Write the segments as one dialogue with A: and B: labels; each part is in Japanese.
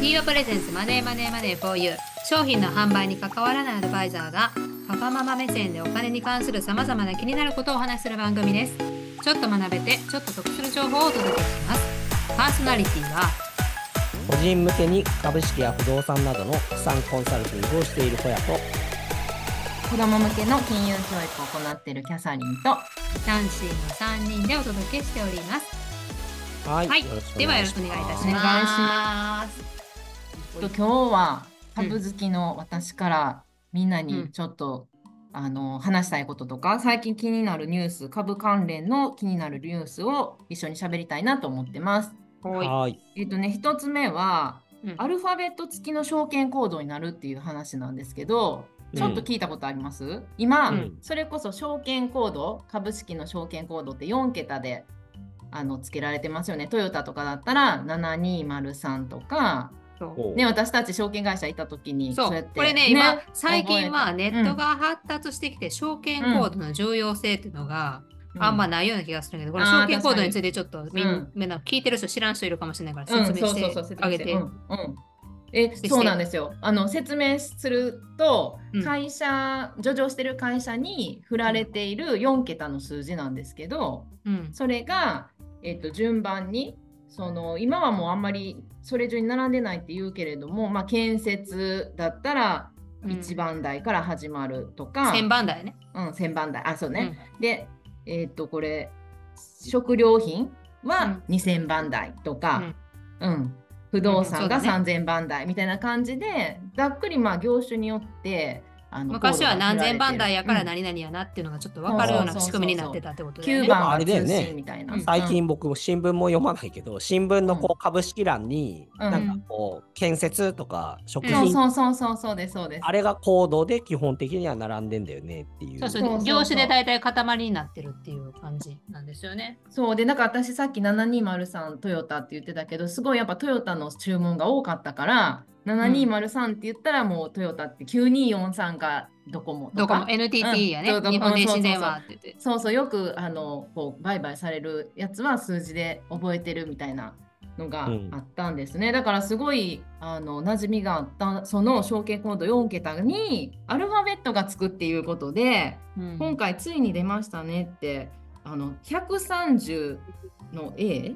A: ニーワプレゼンツマネーマネーマネー 4U 商品の販売に関わらないアドバイザーがパパママ目線でお金に関するさまざまな気になることをお話しする番組ですちょっと学べてちょっと得する情報をお届けしますパーソナリティは
B: 個人向けに株式や不動産などの資産コンサルティングをしている小屋と
C: 子供向けの金融教育を行っているキャサリンと
A: 男子の3人でお届けしております
B: はい、
A: はい
B: よろしくお
A: では
B: 願
A: よ
B: い
A: ろし
B: し
A: くお願いいた
B: ま
A: します
B: す
C: お願いしま今日は株好きの私からみんな
A: うん
C: にちょっと、あの話したいこととか最近気になるニュース株関連の気になるニュースを一緒に喋りたいなと思ってます。
A: はい
B: はい
C: えっ、とね一つ目は
A: うん
C: アルファベット付きの証券コードになるっていう話なんですけどちょっと
B: うん
C: 聞いたことあります、今、
B: うん
C: それこそ証券コード株式の証券コードって4桁であの付けられてますよねトヨタとかだったら7203とか、
A: そう
B: おう
C: ね、私たち証券会社行った時に
A: そ
C: そううやって
A: これね今最近はネットが発達してきて、証券コードの重要性っていうのが、あんまないような気がするけど、これ
C: あー
A: 証券コードについてちょっとみん
C: うん
A: みんな聞いてる人知らん人いるかもしれないから
C: うん、
A: 説明して
C: そうそうそう説
A: あげ
C: 明して
A: て。
C: うんうんえ
A: して
C: そうなんですよあの説明すると、
A: うん
C: 会社上場してる会社に振られている4桁の数字なんですけど
A: うん
C: それが、えっと順番にその今はもうあんまりそれ順に並んでないって言うけれども、まあ、建設だったら1番台から始まるとか、
A: 千番台ね。
C: うん1000番台あそうね、で、えっとこれ食料品は2000番台とか、うん不動産が
A: うんそうだ
C: 3000番台みたいな感じで、ざっくりまあ業種によってあ
A: うん
C: の
A: 昔は何千番台やから
C: うん
A: 何々やなっていうのがちょっと分かるよう
C: そう
A: な
C: そうそう
A: 仕
C: そう
A: 組みになってたってことだよ
C: 9
A: ね。
C: 番
B: あ
C: が
B: れだよ
C: 通
B: ね
C: 信みたいな、
A: うん
B: 最近僕も新聞も読まないけど新聞のこう株式欄に
C: うん
B: なんかこう建設とか食
A: うん
B: 品
C: そうそうそうそうそうですそうです
B: あれが行動で基本的には並んでんだよねっていう。
A: そうそう
C: そうそうそう
A: 業種で大体塊になってるっていう感じなんですよね。
C: そうでなんか私さっき7203トヨタって言ってたけどすごいやっぱトヨタの注文が多かったから7203って言ったらもうトヨタって9243がドコモと
A: どこも
C: か
A: NTT やね、
C: うんど
A: 日
C: こも
A: 本電信電話って言って。
C: そうそうよくあのこう売買されるやつは数字で覚えてるみたいなのが
B: うん
C: あったんですね、だからすごいあの馴染みがあったその証券コード4桁にアルファベットがつくっていうことで
A: うん
C: 今回ついに出ましたねってあの130の A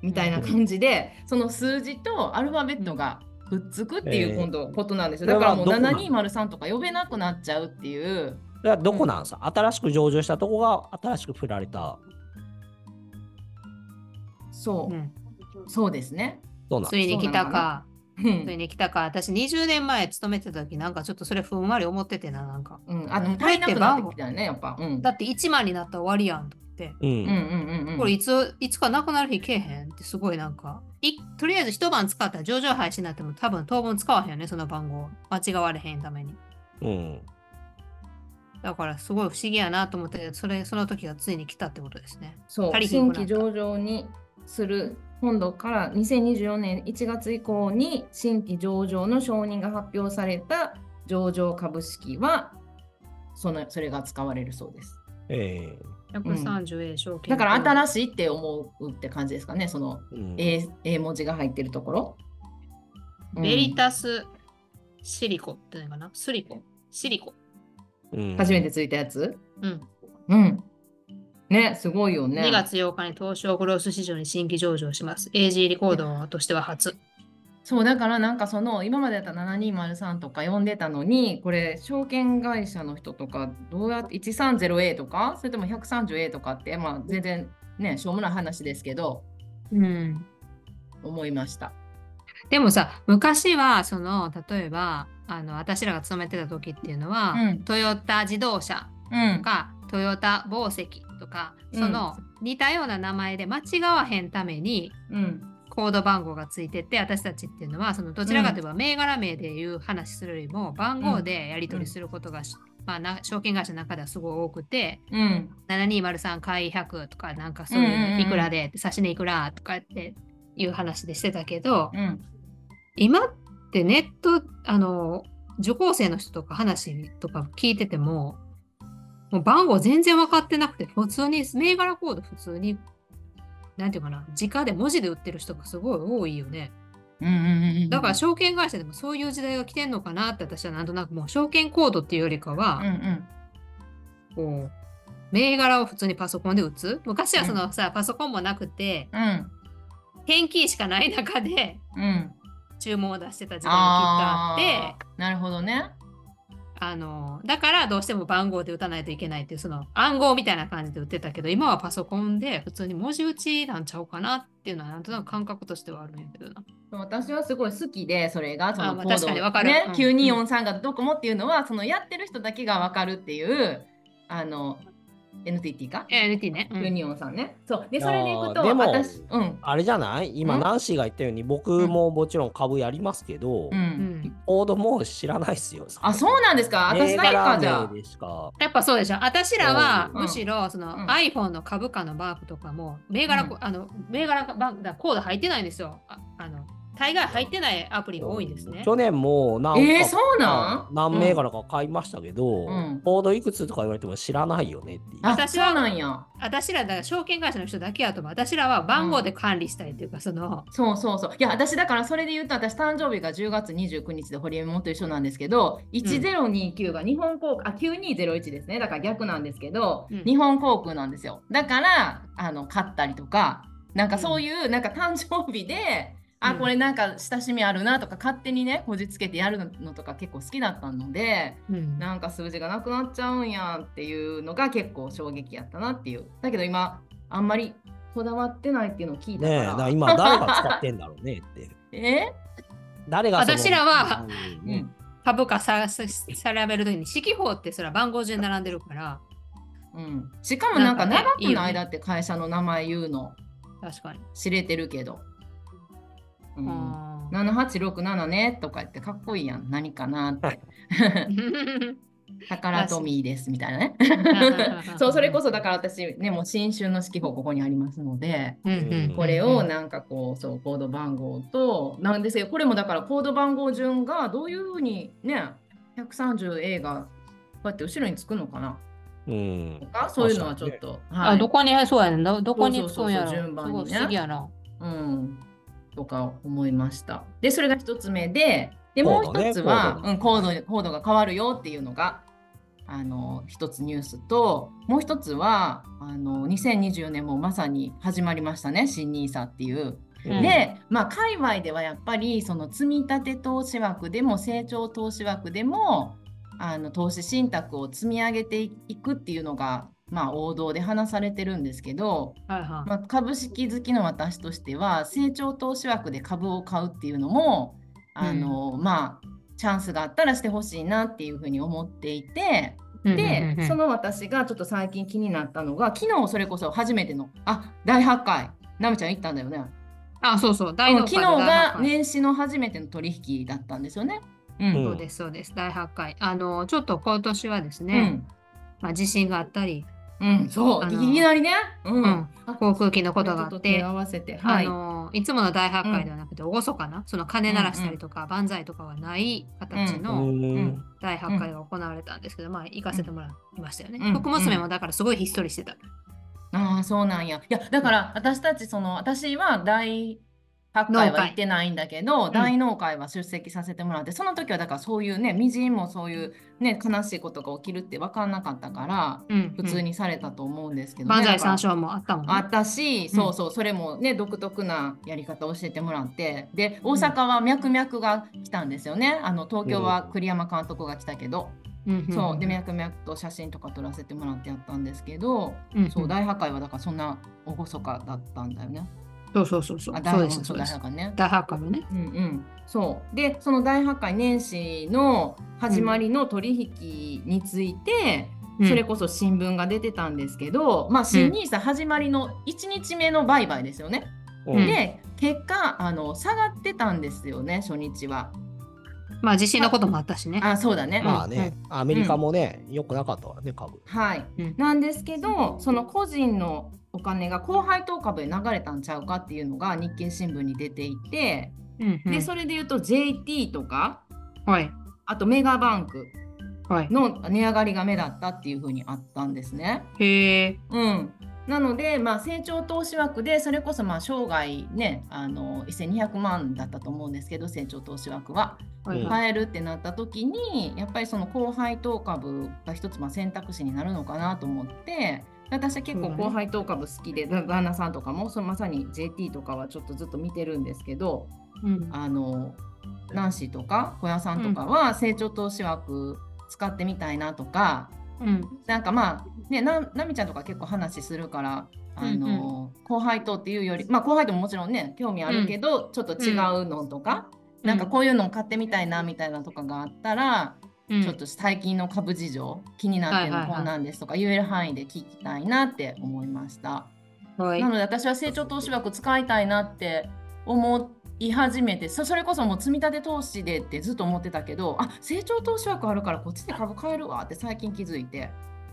C: みたいな感じで、その数字とアルファベットがくっつくってい
B: え
C: う
B: ー
C: 今度ことなんですよ、
B: これ
C: だ
B: は
C: からもう
B: どこなの
C: 7203とか呼べなくなっちゃうっていう
B: それはどこなんさ、新しく上場したとこが新しく振られた。
C: そうう、
A: ん
C: そうですね。
B: どうなん
A: ついに来たか、
C: うん
A: ついに来たか。私20年前勤めてた時なんかちょっとそれふんわり思っててな、なんか。
C: うん、あの
A: これ
C: 足
A: っ
C: り
A: て
C: なくなってきたよね、やっぱ。うん。
A: だって1万になったら終わりやんと思って。
B: う
C: うんんうんうん。
A: これいついつかなくなる日けえへんってすごいなんかいとりあえず一晩使ったら上場廃止になっても多分当分使わへんよねその番号間違われへんために
B: うん
A: だからすごい不思議やなと思ってそれその時がついに来たってことですね
C: そう
A: 足りひん
C: 新
A: くなった
C: 規上場にする今度から2024年1月以降に新規上場の承認が発表された上場株式はそのそれが使われるそうです。
B: ええ
A: 130円証券
C: だから
A: しい
C: 新しいって思うって感じですかね、その
B: うん
C: A, A 文字が入ってるところ。うん
A: ベリタスシリコっていうのかなスリコシリコ
B: うん
C: 初めてついたやつ
A: うん、
C: うん。ね、すごいよね。
A: 2月8日に東証グロース市場に新規上場します AG リコードとしては初
C: そうだからなんかその今までだったら7203とか呼んでたのにこれ証券会社の人とかどうやって 130A とかそれとも 130A とかってまあ全然ねしょうもない話ですけど
A: うん
C: 思いました。
A: でもさ昔はその例えばあの私らが勤めてた時っていうのは、
C: うん
A: トヨタ自動車
C: うん
A: とかトヨタ紡績とか
C: うん
A: その似たような名前で間違わへんために
C: うん
A: コード番号がついてて私たちっていうのはそのどちらかといえば銘柄名でいう話するよりも番号でやり取りすることがし、まあ、な証券会社の中ではすごい多くて
C: うん
A: 7203買い100とかなんかそういう
C: うんうんう
A: の
C: ん
A: いくらで差し値いくらとかっていう話でしてたけど、
C: うん
A: 今ってネットあの受講生の人とか話とか聞いててももう番号全然分かってなくて普通に銘柄コード普通になんていうかな直で文字で売ってる人がすごい多いよね。
C: ううんうんうん
A: だから証券会社でもそういう時代が来てんのかなって私はなんとなくもう証券コードっていうよりかは、
C: うんうん
A: こう銘柄を普通にパソコンで打つ昔はそのさ、パソコンもなくて
C: うん
A: 点キーしかない中で
C: うん
A: 注文を出してた時代がきっとあって
C: あーなるほどね
A: あのだからどうしても番号で打たないといけないっていうその暗号みたいな感じで打ってたけど今はパソコンで普通に文字打ちなんちゃうかなっていうのはなんとなく感覚としてはあるんやけどな。
C: 私はすごい好きでそれがそ
A: あ
C: の
A: まあ
C: コード
A: 確かにわかる
C: ね
A: うん
C: 9243がドコモっていうのはそのやってる人だけがわかるっていうあの NTT か、
A: え NT ね。うん
C: 9243ねそうでそれでいくと
B: あーでも
C: 私うん
B: あれじゃない今
C: ん
B: ナンシーが言ったように僕ももちろん株やりますけど、
C: う
A: うんん
B: コードもう知らないっすよ。
C: あそうなんですか私
B: 銘
C: ないかじゃ
B: 柄
C: あ
B: 名でしか。
A: やっぱそうでしょ私らは
C: うん
A: むしろそ
C: うん
A: の iPhone の株価のバークとかも銘柄こ、
C: う
A: あの銘柄バークだコード入ってないんですよああの大概入ってないアプリが多いんですね
B: 去年もなんか、
C: えーそうなん
B: 何銘柄か買いましたけど、
C: うん
B: コードいくつとか言われても知らないよねっていう。
C: あ
A: 私は
C: そうなんや
A: 私らだから証券会社の人だけやと思う私らは番号で管理したいっていうかその
C: そうそうそういや私だからそれで言うと私誕生日が10月29日で堀江門と一緒なんですけど1029が日本航空、あ9201ですねだから逆なんですけど、
A: うん
C: 日本航空なんですよだからあの買ったりとかなんかそういう、なんか誕生日であ
A: うん
C: これなんか親しみあるなとか勝手にねこじつけてやるのとか結構好きだったので
A: うん
C: なんか数字がなくなっちゃうんやっていうのが結構衝撃やったなっていうだけど今あんまりこだわってないっていうのを聞いたか
B: ねえ、だ
C: ら
B: から今誰が使ってんだろうね って。
C: え
B: 誰がその
A: 私らは、
B: うんね
A: 株価ささ調べるときに四季報ってそれは番号順に並んでるから
C: うん、しかもなんか
A: なんかね
C: 長
A: いい
C: く
A: よ
C: な
A: ね
C: いだって会社の名前言うの
A: 確かに、
C: 知れてるけど、う、
A: うんん
C: 7867ねとか言ってかっこいいやん何かなって宝トミーですみたいなね そうそれこそだから私ねもう新春の四季報ここにありますので
A: うんうん
C: これをなんかこうそうコード番号となんですけどこれもだからコード番号順がどういうふうにね 130A がこうやって後ろにつくのかな
B: うん
C: と。かそういうのはちょっと、はい
A: あどこにそうやねんどどこに
C: そ
A: 行
C: うそう
A: くんや
C: そう
A: ろ
C: 順番にね
A: すごい不思議やな
C: うん、とか思いました。でそれが一つ目ででもう
B: コードね
C: 一つは
B: コード
C: コード,、うん、コードコードが変わるよっていうのがあの一つニュースともう一つはあの2024年もまさに始まりましたね新ニーサっていう。
A: うん
C: で、まあ、界隈ではやっぱりその積み立て投資枠でも成長投資枠でもあの投資信託を積み上げていくっていうのが、まあ、王道で話されてるんですけど、
A: はいはい、
C: まあ、株式好きの私としては成長投資枠で株を買うっていうのもあの、まあチャンスがあったらしてほしいなっていうふうに思っていてで、その私がちょっと最近気になったのが昨日それこそ初めてのあ第8回ナムちゃん行ったんだよね
A: あ、そうそう、
C: あ
A: 大
C: の
A: 発
C: 昨日
A: 会
C: が
A: ね。
C: 年始の初めての取引だったんですよね。うん
B: うん
A: そうです、そうです、大発会。あの、ちょっと今年はです
C: う
A: ね、
C: ん
A: まあ、地震があったり、
C: うん、そう
A: あ
C: い
A: の
C: きなりね、うん
A: うん
C: あ
A: 航空機のことがあ
C: ちょ
A: っ
C: 手
A: て
C: を、合わせて、は
A: あ
C: い、
A: の、いつもの大発会ではなくて、厳かな、その鐘鳴らしたりとか、万歳とかはない形
B: う
A: の
B: ん。
A: 大発会が行われたんですけど、まあ、行かせてもらいましたよね
C: う。ん
A: 僕娘もだからすごいひっそりしてた。
C: ああそうなんや。いやだから私たちその私は大発
A: 農
C: 会
A: 会
C: は行ってないんだけど、
A: ん
C: 大納会は出席させてもらって、その時はだからそういうねみじんもそういうね悲しいことが起きるって分かんなかったから
A: うん、
C: 普通にされたと思うんですけどね、
A: 万
C: だ
A: 歳
C: から
A: 三唱もあったもん
C: あ
A: ね。
C: ったし、
A: う
C: そうんそうそれもね独特なやり方を教えてもらってで大阪は脈々が来たんですよねあの東京は栗山監督が来たけど、
A: うん
C: そうで、脈々と写真とか撮らせてもらってやったんですけど。
A: うん
C: そう大破壊はだからそんな厳かだったんだよね。
A: そうそうそうそう。
C: あ
A: そう
C: 大
A: で
C: 破
A: す、そう
C: 壊
A: で
C: 大
A: す。
C: 破壊ね。
A: 大発会もね。
C: うんうん。そうでその大破壊年始の始まりの取引について、
A: うん
C: それこそ新聞が出てたんですけど、まあ新ニーサ始まりの1日目の売買ですよね。
A: うん
C: で結果あの下がってたんですよね初日は。
A: まあ、地震のこともあったしね。
C: あそうだね。
B: まあね、アメリカもね、良くなかったわね、株。
C: はい、
A: うん
C: なんですけどその個人のお金が後輩当株へ流れたんちゃうかっていうのが日経新聞に出ていて、
A: うんうん
C: でそれで言うと JT とか
A: はい。
C: あとメガバンク
A: はい。
C: の値上がりが目だったっていうふうにあったんですね。
A: へえ。
C: うん、なので、まあ、成長投資枠でそれこそまあ生涯ねあの1200万だったと思うんですけど成長投資枠は
A: はいはい
C: 変えるってなった時にやっぱりその後輩当株が一つまあ選択肢になるのかなと思って私は結構
A: そうだね
C: 後輩当株好きで、だ旦那さんとかもそのまさに JT とかはちょっとずっと見てるんですけど
A: うん
C: あのナンシーとか小屋さんとかは成長投資枠使ってみたいなとか、
A: うん
C: なんかまあねななみちゃんとか結構話するからあの、後輩とっていうよりまあ後輩とももちろんね興味あるけど、ちょっと違うのとか、なんかこういうのを買ってみたいなみたいなとかがあったら、
A: うん
C: ちょっと最近の株事情気になってる
A: はいはい
C: の
A: はい
C: こんなんですとか言える範囲で聞きたいなって思いました。
A: はい
C: なので私は成長投資枠使いたいなって思い始めてそそれこそもう積み立て投資でってずっと思ってたけどあ成長投資枠あるからこっちで株買えるわって最近気づいて、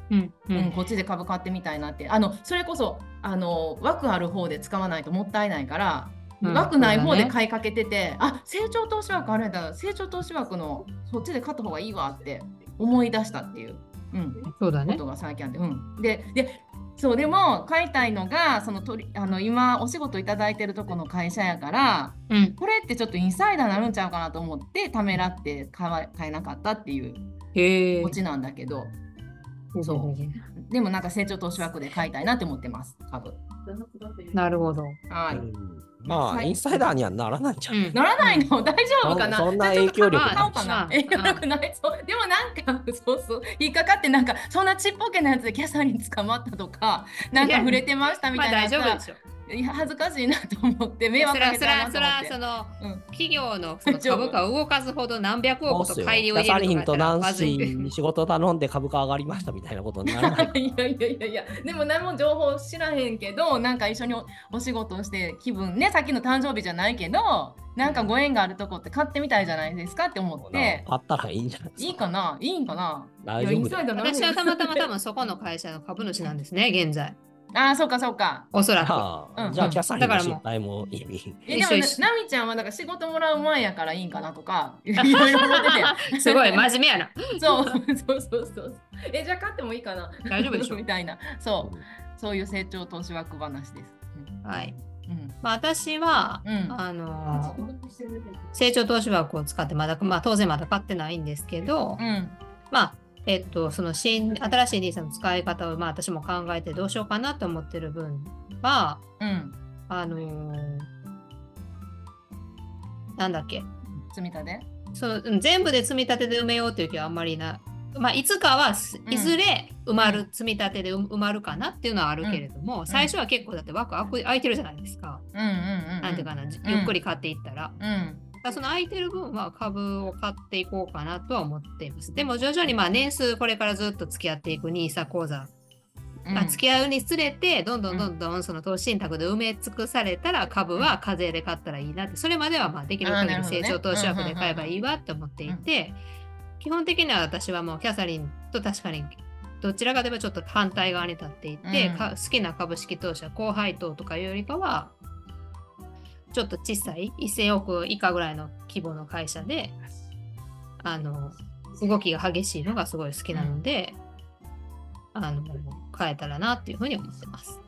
A: うんう
C: うん
A: ん
C: こっちで株買ってみたいなってあのそれこそあの枠ある方で使わないともったいないから
A: うん
C: 枠ない方
A: そう
C: で
A: だね
C: 買いかけてて、あ成長投資枠あるんだ成長投資枠のそっちで買った方がいいわって思い出したっていう、うん、
A: そうだ
C: こ
A: ね
C: とが最近あって、うん、ででそうでも買いたいのがその取りあの今お仕事いただいてるとこの会社やから
A: うん
C: これってちょっとインサイダーになるんちゃうかなと思ってためらって買わ買えなかったっていう
A: へえ
C: オチなんだけど、そうでもなんか成長投資枠で買いたいなって思ってます株。
A: なるほど
C: は
B: う
C: い、
B: んまあ、
C: はい
B: インサイダーにはならないんじゃない、
C: ならないの大丈夫かな
B: そんな影響力
C: ちょっと考えようかな
A: ない
C: 影響力ないそうでもなんかそうそう引っかかってなんかそんなちっぽけなやつでキャサリン捕まったとかなんか触れてましたみ
A: ま
C: た
A: あ
C: いな
A: 大丈
C: やつ
A: 夫
C: は
A: でしょ
C: いや恥ずかしいなと思って迷
A: そ
C: 惑からけ
A: そ
C: たら
A: ら
C: なと
A: そ
C: 思
A: ら
C: っ
A: その
C: て。うん
A: 企業のその株価を動かすほど何百
B: そう
A: 億
B: っ
A: と
B: すよ
A: 改
B: キ
A: 良を
B: ャサリ
A: 入れ
B: ン
A: ると
B: と
A: かや
B: ナ
A: ったら
B: ン
A: ま
B: シ
A: ずい
B: ーに仕事頼んで株価上がりましたみたいなことにならない
C: いやいやいやいやでも何も情報知らへんけどなんか一緒におお仕事をして気分ねさっきの誕生日じゃないけどなんかご縁があるとこって買ってみたいじゃないですかって思って
B: あったらいいんじゃないです
C: い
B: か
C: いかないいんかな
B: 大
C: いや
B: 丈
C: イン
B: 夫
C: サイ
B: だ
C: ドなら
A: 私はたまたま多分そこの会社の株主なんですね現在
C: ああそうかそうか
A: おそらく
B: はあ、
C: うん
B: じゃあキャサリンの
A: だからもう
B: 失敗も意味
C: え
A: 一
C: で
A: 緒
C: も
A: 一緒
C: ななみちゃんはなんか仕事もらう前やからいいんかな とかいろいろ思ってて
A: すごい真面目やな
C: そうそうそうそうえじゃあ買ってもいいかな
A: 大丈夫でしょ
C: みたいなそうそういう成長投資枠話です。
A: はい、
C: うん
A: まあ、私は
C: うんうん
A: あの成長投資枠を使ってまだ、まあ、当然まだ買ってないんですけど、
C: うん
A: まあえっとその新新しい NISA の使い方をまあ私も考えてどうしようかなと思ってる分は
C: うん
A: あのーなんだっけ
C: 積み立て
A: そのうん全部で積み立てで埋めようという気はあんまりな、まあ、いつかはす
C: うん
A: いずれ埋まる、積み立てで埋埋まるかなっていうのはあるけれども、最初は結構だって枠空く空いてるじゃないですか、
C: うんうんうん
A: なんていうかな、ゆっくり買っていったら。
C: うん
A: だからその空いてる分は株を買っていこうかなとは思っています。でも徐々にまあ年数これからずっと付き合っていく NISA 講座、
C: うん
A: あ付き合うにつれてどんどんどんどんその投資信託で埋め尽くされたら株は課税で買ったらいいなってそれまではまあできる限り成長投資枠で買えばいいわって思っていて基本的には私はもうキャサリンと確かにどちらかでもちょっと反対側に立っていて、
C: うん
A: か好きな株式投資は高配当とかいうよりかはちょっと小さい1000億以下ぐらいの規模の会社であの動きが激しいのがすごい好きなので、あの変えたらなっていうふうに思ってます。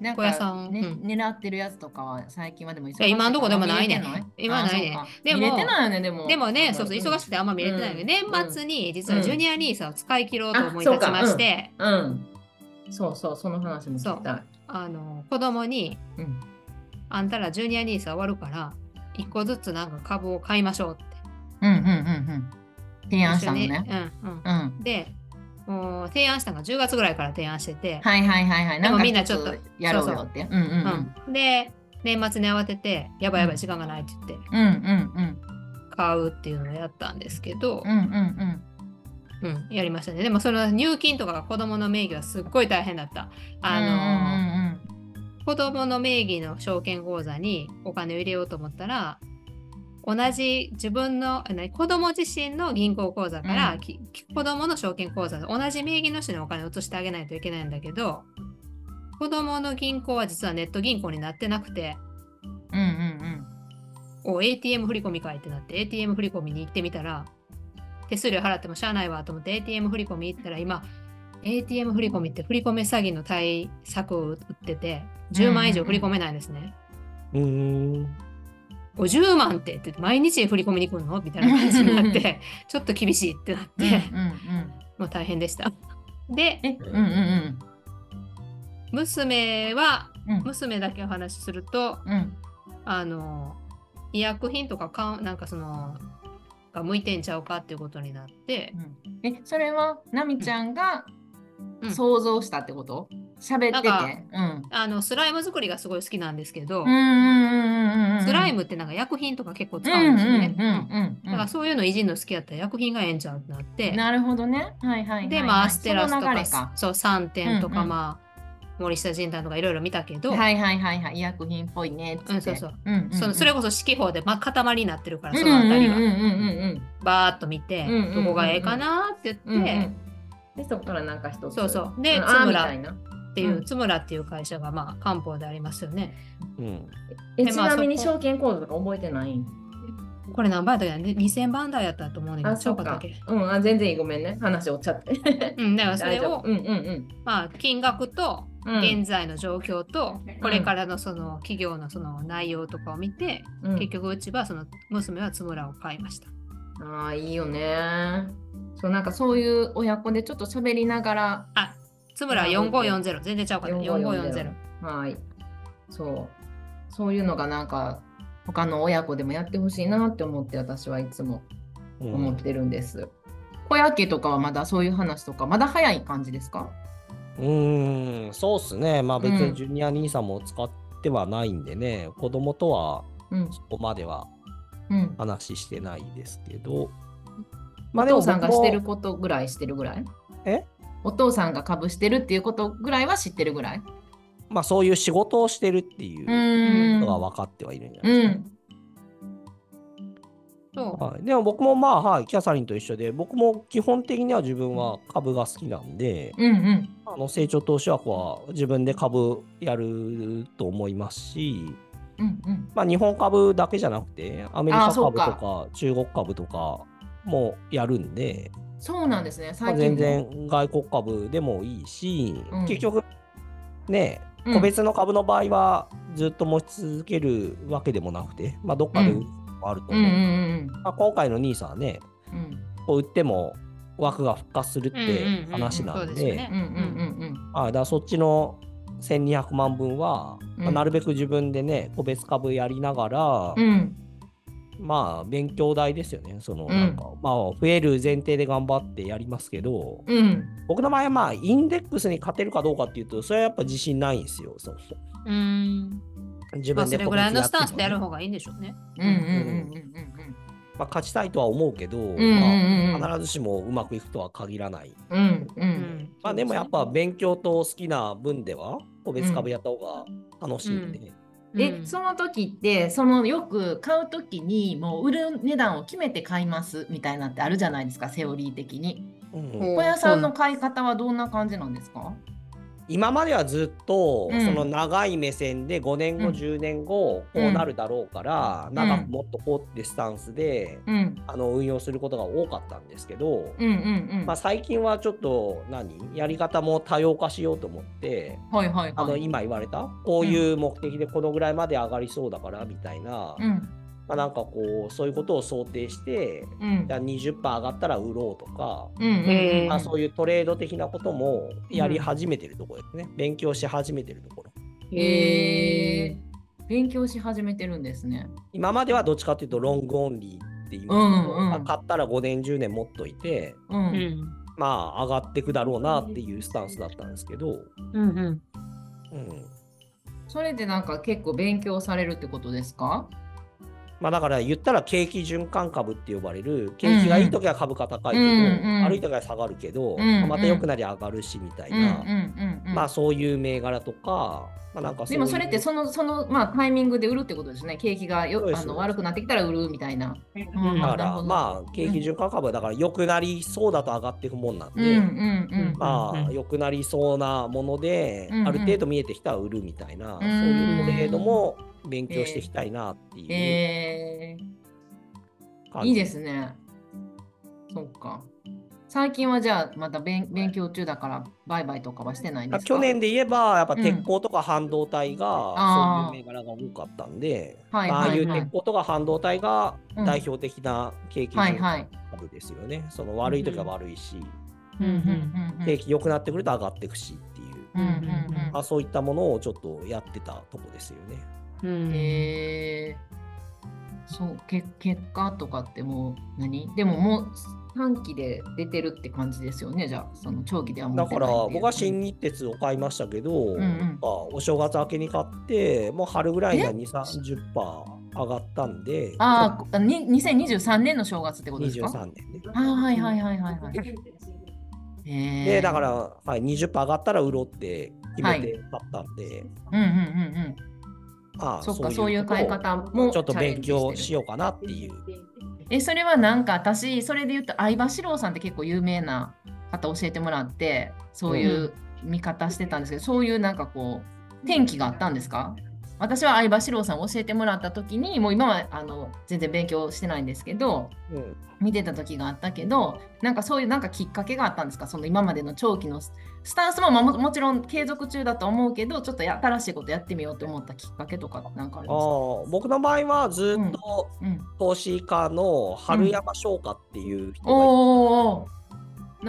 C: なん
A: 小屋さん
C: ね
A: うん
C: 狙ってるやつとかは最近はでも忙しい
A: いや今んとこでもないね
C: 見れて
A: 今ないね
C: あそうか
A: でも
C: 見れてないよねでも
A: でもね、そうそう忙しくてあんま見れてないので、
C: うん
A: 年末に実は
C: うん
A: ジュニアニーサを使い切ろうと思い立ちまして、
C: うんそうそうその話も聞きたい
A: あの子供に
C: うん
A: 「あんたらジュニアニーサ終わるから1個ずつなんか株を買いましょう」って
C: うんうんうんうん提案したのね
A: うんうん
C: うん
A: でもう提案したのが10月ぐらいから提案してて、
C: はいはいはいはい
A: でも
C: か
A: みんなちょっと
C: 一つやろうよってうんうんうん
A: うんで年末に慌てて「やばいやばい時間がない」って言って
C: うんうん
A: 買うっていうのをやったんですけど、
C: うんうんうん
A: うん、やりましたね。でもその入金とかが子供の名義はすっごい大変だった。あのー
C: の
A: 子供の名義の証券口座にお金を入れようと思ったら同じ自分のあ何子供自身の銀行口座から、
C: うん
A: きき子供の証券口座と同じ名義の人にお金を移してあげないといけないんだけど子供の銀行は実はネット銀行になってなくて
C: うんうん
A: お ATM 振り込み会ってなって ATM 振り込みに行ってみたら手数料払ってもしゃあないわと思って ATM 振り込み行ったら今 ATM 振り込みって振り込め詐欺の対策を打ってて10万以上振り込めないんですね。
B: うーん。
A: 50万ってって言って毎日振り込みに来るのみたいな感じになってちょっと厳しいってなっ
C: うん
A: てもう大変でした。で
C: うんうんえうんうん
A: 娘は
C: うんうん
A: 娘だけお話しすると
C: うん
A: あの医薬品とかかなんかそのが向いてんちゃうかっていうことになって
C: うんえそれはなみちゃんが
A: うん
C: 想像したってこと喋ってて
A: なん
C: うん
A: あのスライム作りがすごい好きなんですけど、
C: うんうんうんうんうん
A: スライムってなんか薬品とか結構
C: う
A: 使
C: ん
A: うんですよね。
C: うんうんうん
A: だからそういうのいじるの好きやったら薬品がええんちゃうってなって
C: なるほどねはいはいはいはい
A: でまあアステラスと
C: その流
A: か
C: れか
A: そう3点とか、
C: うんうん
A: まあ森下仁丹とかいろいろ見たけど、
C: はいはいはいはい医薬品っぽいねっつって
A: うんそうそう
C: うんうんうん
A: そのそれこそ四季法で、まあ、塊になってるからそ
C: うん
A: のあたりが、
C: うんうんうん
A: バーッと見て、
C: うんうん
A: どこがええかなって
C: うんう
A: 言
C: ん
A: って、
C: でそこからなんか一つ
A: そうそうで
C: うんあ
A: 津村
C: ーみたいな
A: っていう、
C: うん
A: つむらっていう会社がまあ漢方でありますよね。
B: うん。
C: え
A: で
C: ち
A: まあ
C: なみに
A: そこ
C: 証券コードとか覚えてない
A: これ何番だったっけな2000番台やったと思うねんだけ
C: あ
A: ど、ちゃ
C: そうう
A: かったっ
C: か
A: け。
C: うんあ全然いいごめんね話をっちゃって
A: うん、だからそ
C: 大
A: れ
C: 丈夫
A: を
C: う、んうんうん
A: まあ、金額と
C: うん
A: 現在の状況と、これからのその企業のその内容とかを見て、
C: うん
A: 結局うちはその娘はつむらを買いました。
C: ああいいよねそうなんかそういう親子でちょっと喋りながら
A: あつむらは4540全然ちゃうかった4540
C: 4540はいそうそういうのがなんか他の親子でもやってほしいなって思って私はいつも
B: う
C: 思っ
B: ん
C: てるんです、小屋家とかはまだそういう話とかまだ早い感じですか
B: うーん、そうっすね。まあ別
C: うん
B: にジュニア兄さんも使ってはないんでね、子供とは
C: うん
B: そこまでは
C: うん
B: 話してないですけど。
C: お父さんがしてる
B: 僕も
C: ことぐらいしてるぐらい
B: え
C: お父さんが株してるっていうことぐらいは知ってるぐらい
B: まあそういう仕事をしてるっていうう
C: ーん
B: のが分かってはいるんじゃな
C: う
B: いですか。
C: ん
A: そう
B: はい、でも僕もまあ、はい、キャサリンと一緒で、僕も基本的には自分は株が好きなんで、
C: うんうん
B: あの成長投資枠は自分で株やると思いますし、
C: うんうん
B: まあ、日本株だけじゃなくて、アメリ
C: あ
B: カ
C: ーそ
B: 株
C: う
B: と
C: か
B: か中国株とかもやるんで、
C: そうなんですね
B: まあ、
C: 最近
B: 全
C: も
B: 然外国株でもいいし、
C: うん
B: 結局ね、
C: うん
B: 個別の株の場合はずっと持ち続けるわけでもなくて、まあ、どっかで売るのもあると思
C: う
B: うんん
C: うん
B: で、まあ、今回の NISA はね、
C: うんうん
B: こう売っても枠が復活するっ
A: うんうんうん
B: て話な
A: そうんですよね
B: で、
C: うんうんうんうん
B: あだからそっちの1200万分は、まあ
C: うん
B: なるべく自分でね、個別株やりながら、
C: うん
B: まあ勉強代ですよね。その
C: ん
B: なんか、まあ増える前提で頑張ってやりますけど、
C: うん
B: 僕の場合はまあインデックスに勝てるかどうかっていうと、それはやっぱ自信ないんですよ。そうそう
A: うーん
B: 自
A: まあそ
B: 分で
A: れ
B: 個
A: ぐ
B: 別
A: らいの
B: やっ
A: ス
B: ても
A: タンスでやる
B: ね
A: 方がいいんでしょうね。
C: うんうんうんうん
B: まあ勝ちたいとは思うけど、
C: うんうん
B: ま
C: うん
B: あ必ずしもうまくいくとは限らない。
C: うんう
A: うん
B: まあでもやっぱ勉強と好きな分では、個別株やった方が楽しいんで。
C: でそ
A: の
C: の時ってそのよく買う時にもう売る値段を決めて買いますみたいなってあるじゃないですかセオリー的に
B: うん
C: 小屋さんの買い方はどんな感じなんですか
B: 今まではずっと、
C: うん
B: その長い目線で5年後、
C: うん
B: 10年後こうなるだろうから、
C: ん
B: 長くもっとこうってスタンスで、
C: うん
B: あの運用することが多かったんですけど、
C: うんうんうん
B: まあ、最近はちょっと何やり方も多様化しようと思って。
C: はいはい
B: あの
C: はい
B: 今言われたこういう目的でこのぐらいまで上がりそうだからみたいな、
C: う
B: ま
C: ん
B: あ、なんかこうそういうことを想定して
C: うん
B: じゃあ20%上がったら売ろうとか、
C: うんうん
A: えー
B: まあ、そういうトレード的なこともやり始めてるところですね、勉強し始めてるところ
C: えー勉強し始めてるんですね
B: 今まではどっちかというとロングオンリーって言いますけど、
C: うんうん
B: まあ買ったら5年10年持っといて
C: うん
A: うん
B: まあ上がってくだろうなっていうスタンスだったんですけど、
A: うんうん
B: うん
C: それでなんか結構勉強されるってことですか
B: まあ、だから言ったら景気循環株って呼ばれる景気がいい時は株価高いけど、
C: うんうん
B: 悪い時は下がるけど、
C: んうん
B: まあまた良くなり上がるしみたい
C: うんうん
B: な、
C: うんうん
B: まあそういう銘柄とか、まあ、なんかうい
C: で
B: う
C: もそれってそのその、まあ、タイミングで売るってことですね。景気が
B: そう
C: よ
B: です
C: あ
B: そうで
C: の
B: す
C: 悪くなってきたら売るみたいな。
A: うん
B: だか
C: なるほ
B: ら
C: ど
B: まあ景気循環株はだから良くなりそうだと上がっていくもんなん
C: うん
B: で、
C: うんうん。
B: ま
A: うんう
B: あ
A: ん
B: 良くなりそうなもので、
C: うんうん
B: ある程度見えてきたら売るみたいな、
C: ん
B: そういうトレードも勉強していきたいなっていう
C: え
B: 感
C: ー、
B: じ、
C: いいですね。そっか。最近はじゃあまた勉勉強中だから売買とかはしてないんですか
B: 去年で言えば、やっぱ
C: うん
B: 鉄鋼とか半導体が
C: あー、
B: そういう銘柄が多かったんで、
C: はい
B: ああ
C: はいいうは
B: 鉄
C: い。
B: 鋼とか半導体が
C: うん
B: 代表的な景気
C: はいはい。
B: 株ですよね。その悪い時は悪いし、
A: うんうん
C: うん
B: 景気良くなってくると上がっていくしっていう、
C: うんうん
B: まあ、そういったものをちょっとやってたとこですよね。
A: う
C: うん
A: ん
C: へえそうけ結果とかってもう何でももう短期で出てるって感じですよねじゃあその長期ではも
B: だ
C: う出
B: か
C: な
B: ら
C: いっていう
B: 僕は新日鉄を買いましたけど、
C: んうん
B: なんかお正月明けに買ってもう春ぐらいには2 3 0上がったんで
C: ああこに2023年の正月ってことですか
B: 23年ね。
C: あーはいはいはいはいはい。へ
B: でだから、はい、20%上がったら売ろうって決めて買ったんで、
C: うんうんうん
B: あ
C: う
B: あ
C: ん。そっかそういう買い方も
B: ちょっと勉強し
C: よ
B: ようかなっていう。
C: う。えそれはなんか私それで言うと相葉史郎さんって結構有名な方教えてもらってそういう見方してたんですけど、そういうなんかこう転機があったんですか私は相葉史郎さんを教えてもらった時にもう今はあの全然勉強してないんですけど
B: うん
C: 見てた時があったけどなんかそういうなんかきっかけがあったんですかその今までの長期のススタンスも、まあ、ももちろん継続中だと思うけどちょっとや新しいことやってみようと思ったきっかけとかなんかあり
B: あ
C: ますか
B: あ僕の場合はずっと
C: うん、
B: 投資家の春山商家っていう人が
C: おーおー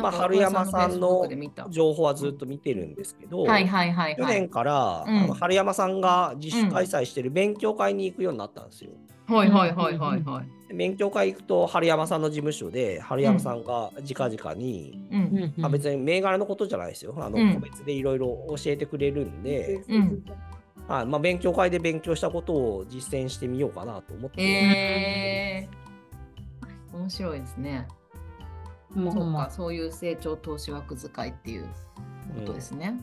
B: まあ春山さんの
C: Facebook で見た
B: 情報はずっと見てるんですけど、
C: はいはいはい
B: 去
C: は
B: 年
C: い。
B: から、
C: うん
B: あの春山さんが自主開催してる勉強会に行くようになったんですよ。
C: はいはいはいはいはい。
B: で勉強会行くと春山さんの事務所で春山さんが直々に、
C: うんうん
B: あ別に銘柄のことじゃないですよあの、
C: うん
B: 個別でいろいろ教えてくれるんで、
C: うん
B: あまあ、勉強会で勉強したことを実践してみようかなと思って、
C: えー、面白いですね。
A: もう
C: そ
A: ほん
C: う
A: ま
C: か、そういう成長投資枠使いっていう
B: うん
C: ことですね。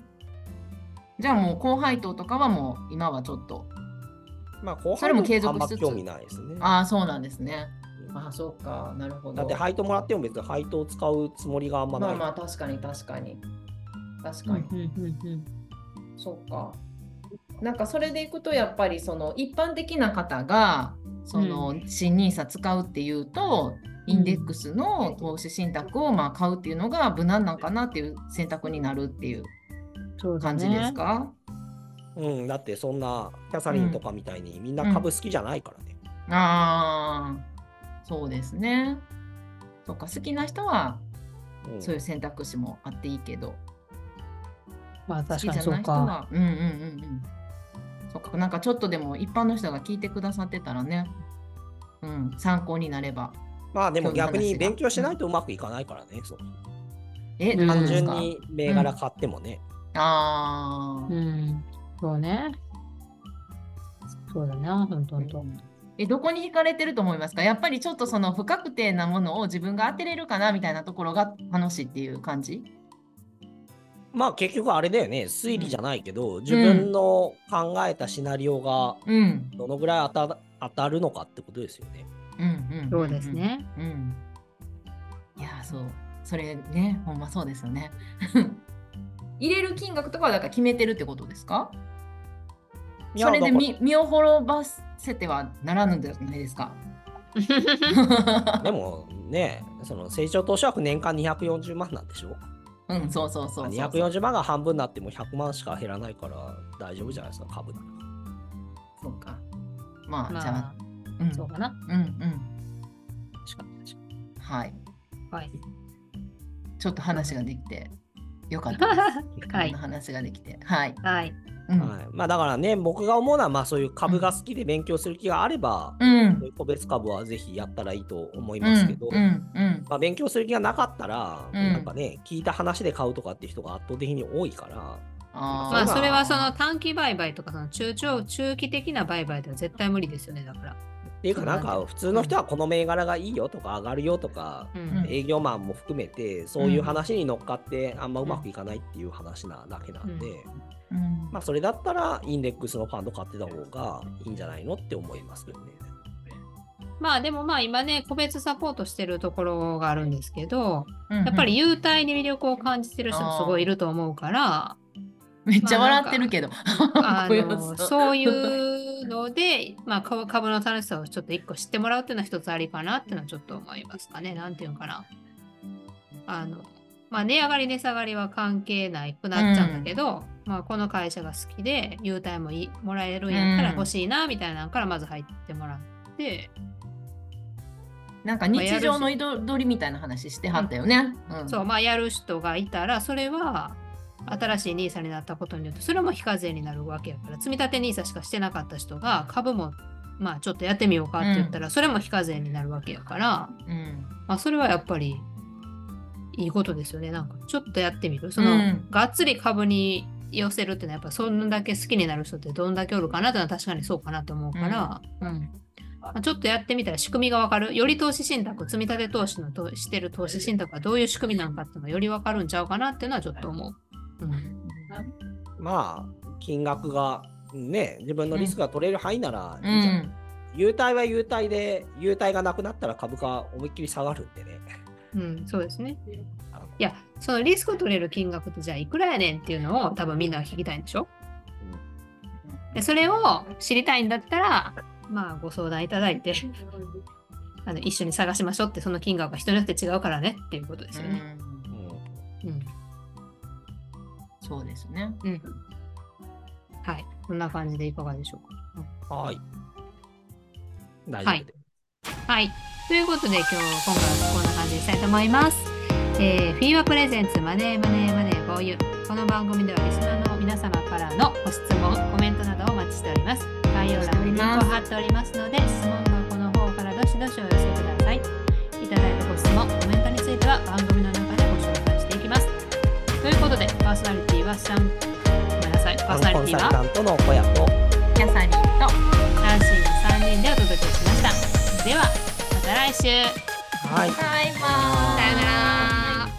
C: じゃあもう高配当とかはもう今はちょっと
B: まあ後
C: そ
B: 半
C: れも
B: も
C: 継
B: あ
C: 続
B: んま
C: しつつ
B: 興味ないですね。
C: ああそうなんですね。ああそうかなるほど。
B: だって配当もらっても別に配当を使うつもりがあんま
C: ま
B: ない。
C: あまあ確かに確かに確かに。そうか。なんかそれでいくとやっぱりその一般的な方がその新ニーサ使うっていうと、インデックスの投資信託をまあ買うっていうのが無難なんかなっていう選択になるっていう感じですか。
B: うん、だってそんなキャサリンとかみたいにみんな株好きじゃないからね。
C: ああそうですね。そうか好きな人は
B: うん
C: そういう選択肢もあっていいけど、
A: まあ
C: 好き
A: 確
C: じ
A: か
C: ゃ
A: にそ
C: ないう人
A: か。
C: はうんうんうんうん。そっかなんかちょっとでも一般の人が聞いてくださってたらね、うん参考になれば。
B: まあでも逆に
C: 今日の話が
B: 勉強しないとうまくいかないからね。そう
C: え、
A: うん
C: どうい
B: 単
C: うことです
B: 純
C: か
B: に銘柄買ってもね。
C: あ
A: う
C: あ。
A: ん。そうね。そうだな、本当本当。
C: え、どこに惹かれてると思いますかやっぱりちょっとその不確定なものを自分が当てれるかなみたいなところが楽しいっていう感じ
B: まあ結局あれだよね。推理じゃないけど、自分の考えたシナリオが
C: うん。
B: どのぐらい当た当たるのかってことですよね。
C: うんうんうんん
A: そうです。ね。
C: うん。いやー、そう。それね、ほんまそうですよね。 入れる金額とかはだから決めてるってことですか
B: いや
C: それで
B: だから
C: 身身を滅ばせてはならぬんじゃないですか。
B: でもね、その成長投資枠年間240万なんでしょ
C: うん、そうそうそうそう。
B: 240万が半分になっても100万しか減らないから大丈夫じゃないですか、株だから。
C: そうか。まあ、じゃ
A: まあ
C: あ、、うん、
A: そうかな。
C: うんうん。
B: 確かに確かに
C: はい。
A: はい。
C: ちょっと話ができてよかったです。
A: 深
C: いろ
A: い
C: んな。話ができて。はい。
A: はい。
C: うん。
B: はい、まあだからね、僕が思うのは、まあそういう株が好きで勉強する気があれば、
C: うん
B: そういう個別株はぜひやったらいいと思いますけど、
C: うんうん
B: まあ、勉強する気がなかったら、
C: うん
B: なんかね、聞いた話で買うとかっていう人が圧倒的に多いから、
C: あー
A: まあそれはその短期売買とかその中長中期的な売買では絶対無理ですよねだから。
B: っていうかなん
C: そうなんだ
B: か
C: よ
B: 普通の人はこの銘柄がいいよとか上がるよとか、
A: うん
B: 営業マンも含めて、そういう話に乗っかってあんまうまくいかないっていう話なだけなんで、
C: うん
B: まあそれだったらインデックスのファンド買ってた方がいいんじゃないのって思いますけどね。
A: まあでもまあ今ね個別サポートしてるところがあるんですけど
C: うんうん
A: やっぱり優待に魅力を感じてる人もすごいいると思うから
C: めっちゃ笑ってるけど。
A: あ
C: こういうや
A: の
C: つ
A: そういうので、 まあ、株株の楽しさをちょっと一個知ってもらうっていうのは一つありかなっていうのはちょっと思いますかね。なんていうのかな。あの、まあ、値上がり値下がりは関係ないくなっちゃうんだけど、まあ、この会社が好きで優待もいもらえるんやったら
C: うん
A: 欲しいなみたいなのからまず入ってもらって、
C: なんか日常の彩りみたいな話してはったよね。うん
A: そうまあ、やる人がいたらそれは新しい NISA になったことによってそれも非課税になるわけやから積み立て NISA しかしてなかった人が株もまあちょっとやってみようかって言ったらそれも非課税になるわけやから、
C: うん
A: まあ、それはやっぱりいいことですよねなんかちょっとやってみるそうの、
C: ん
A: がっつり株に寄せるってのはやっぱそんだけ好きになる人ってどんだけおるかなってのは確かにそうかなと思うから、うんまあ、ちょっとやってみたら仕組みがわかるより投資信託積み立て投資のとしてる投資信託はどういう仕組みなのかっていうのがよりわかるんちゃうかなっていうのはちょっと思う。うん
B: まあ、金額がね、自分のリスクが取れる範囲なら
C: う
B: いいじゃん。
C: ん
B: 優待は優待で、優待がなくなったら株価思いっきり下がるんでね。
A: うん、そうですね。いや、そのリスクを取れる金額ってじゃあいくらやねんっていうのを多分みんなは聞きたいんでしょでそれを知りたいんだったら、まあご相談いただいて、 あの一緒に探しましょうって、その金額が人によって違うからねっていうことですよね。
C: うん
B: うん
A: うん。
C: そうですね。
A: うん。はい。こんな感じでいかがでしょうか。
B: はい。大丈夫で
A: はい。ということで今日、今回はこんな感じにしたいと思います。えー、フィーバプレゼンツマネーマネーマネー豪遊。この番組ではリスナーの皆様からのご質問、コメントなどをお待ちしております。概要欄にリンクを貼っておりますので、質問箱の方からどしどしお寄せください。いただいたご質問、コメントについては番組の中でご紹介していきます。ということで、パーソナリティはシャン、ごめんなさい、パーソ
B: す。
A: ナ
B: コ
A: リ
B: ン
A: ティ
B: サ
A: は
B: ルタントの小屋と。
C: キャサリンと
A: 男子の3人でお届けしましたではまた来週
B: はい。
C: バイバ
A: さようなら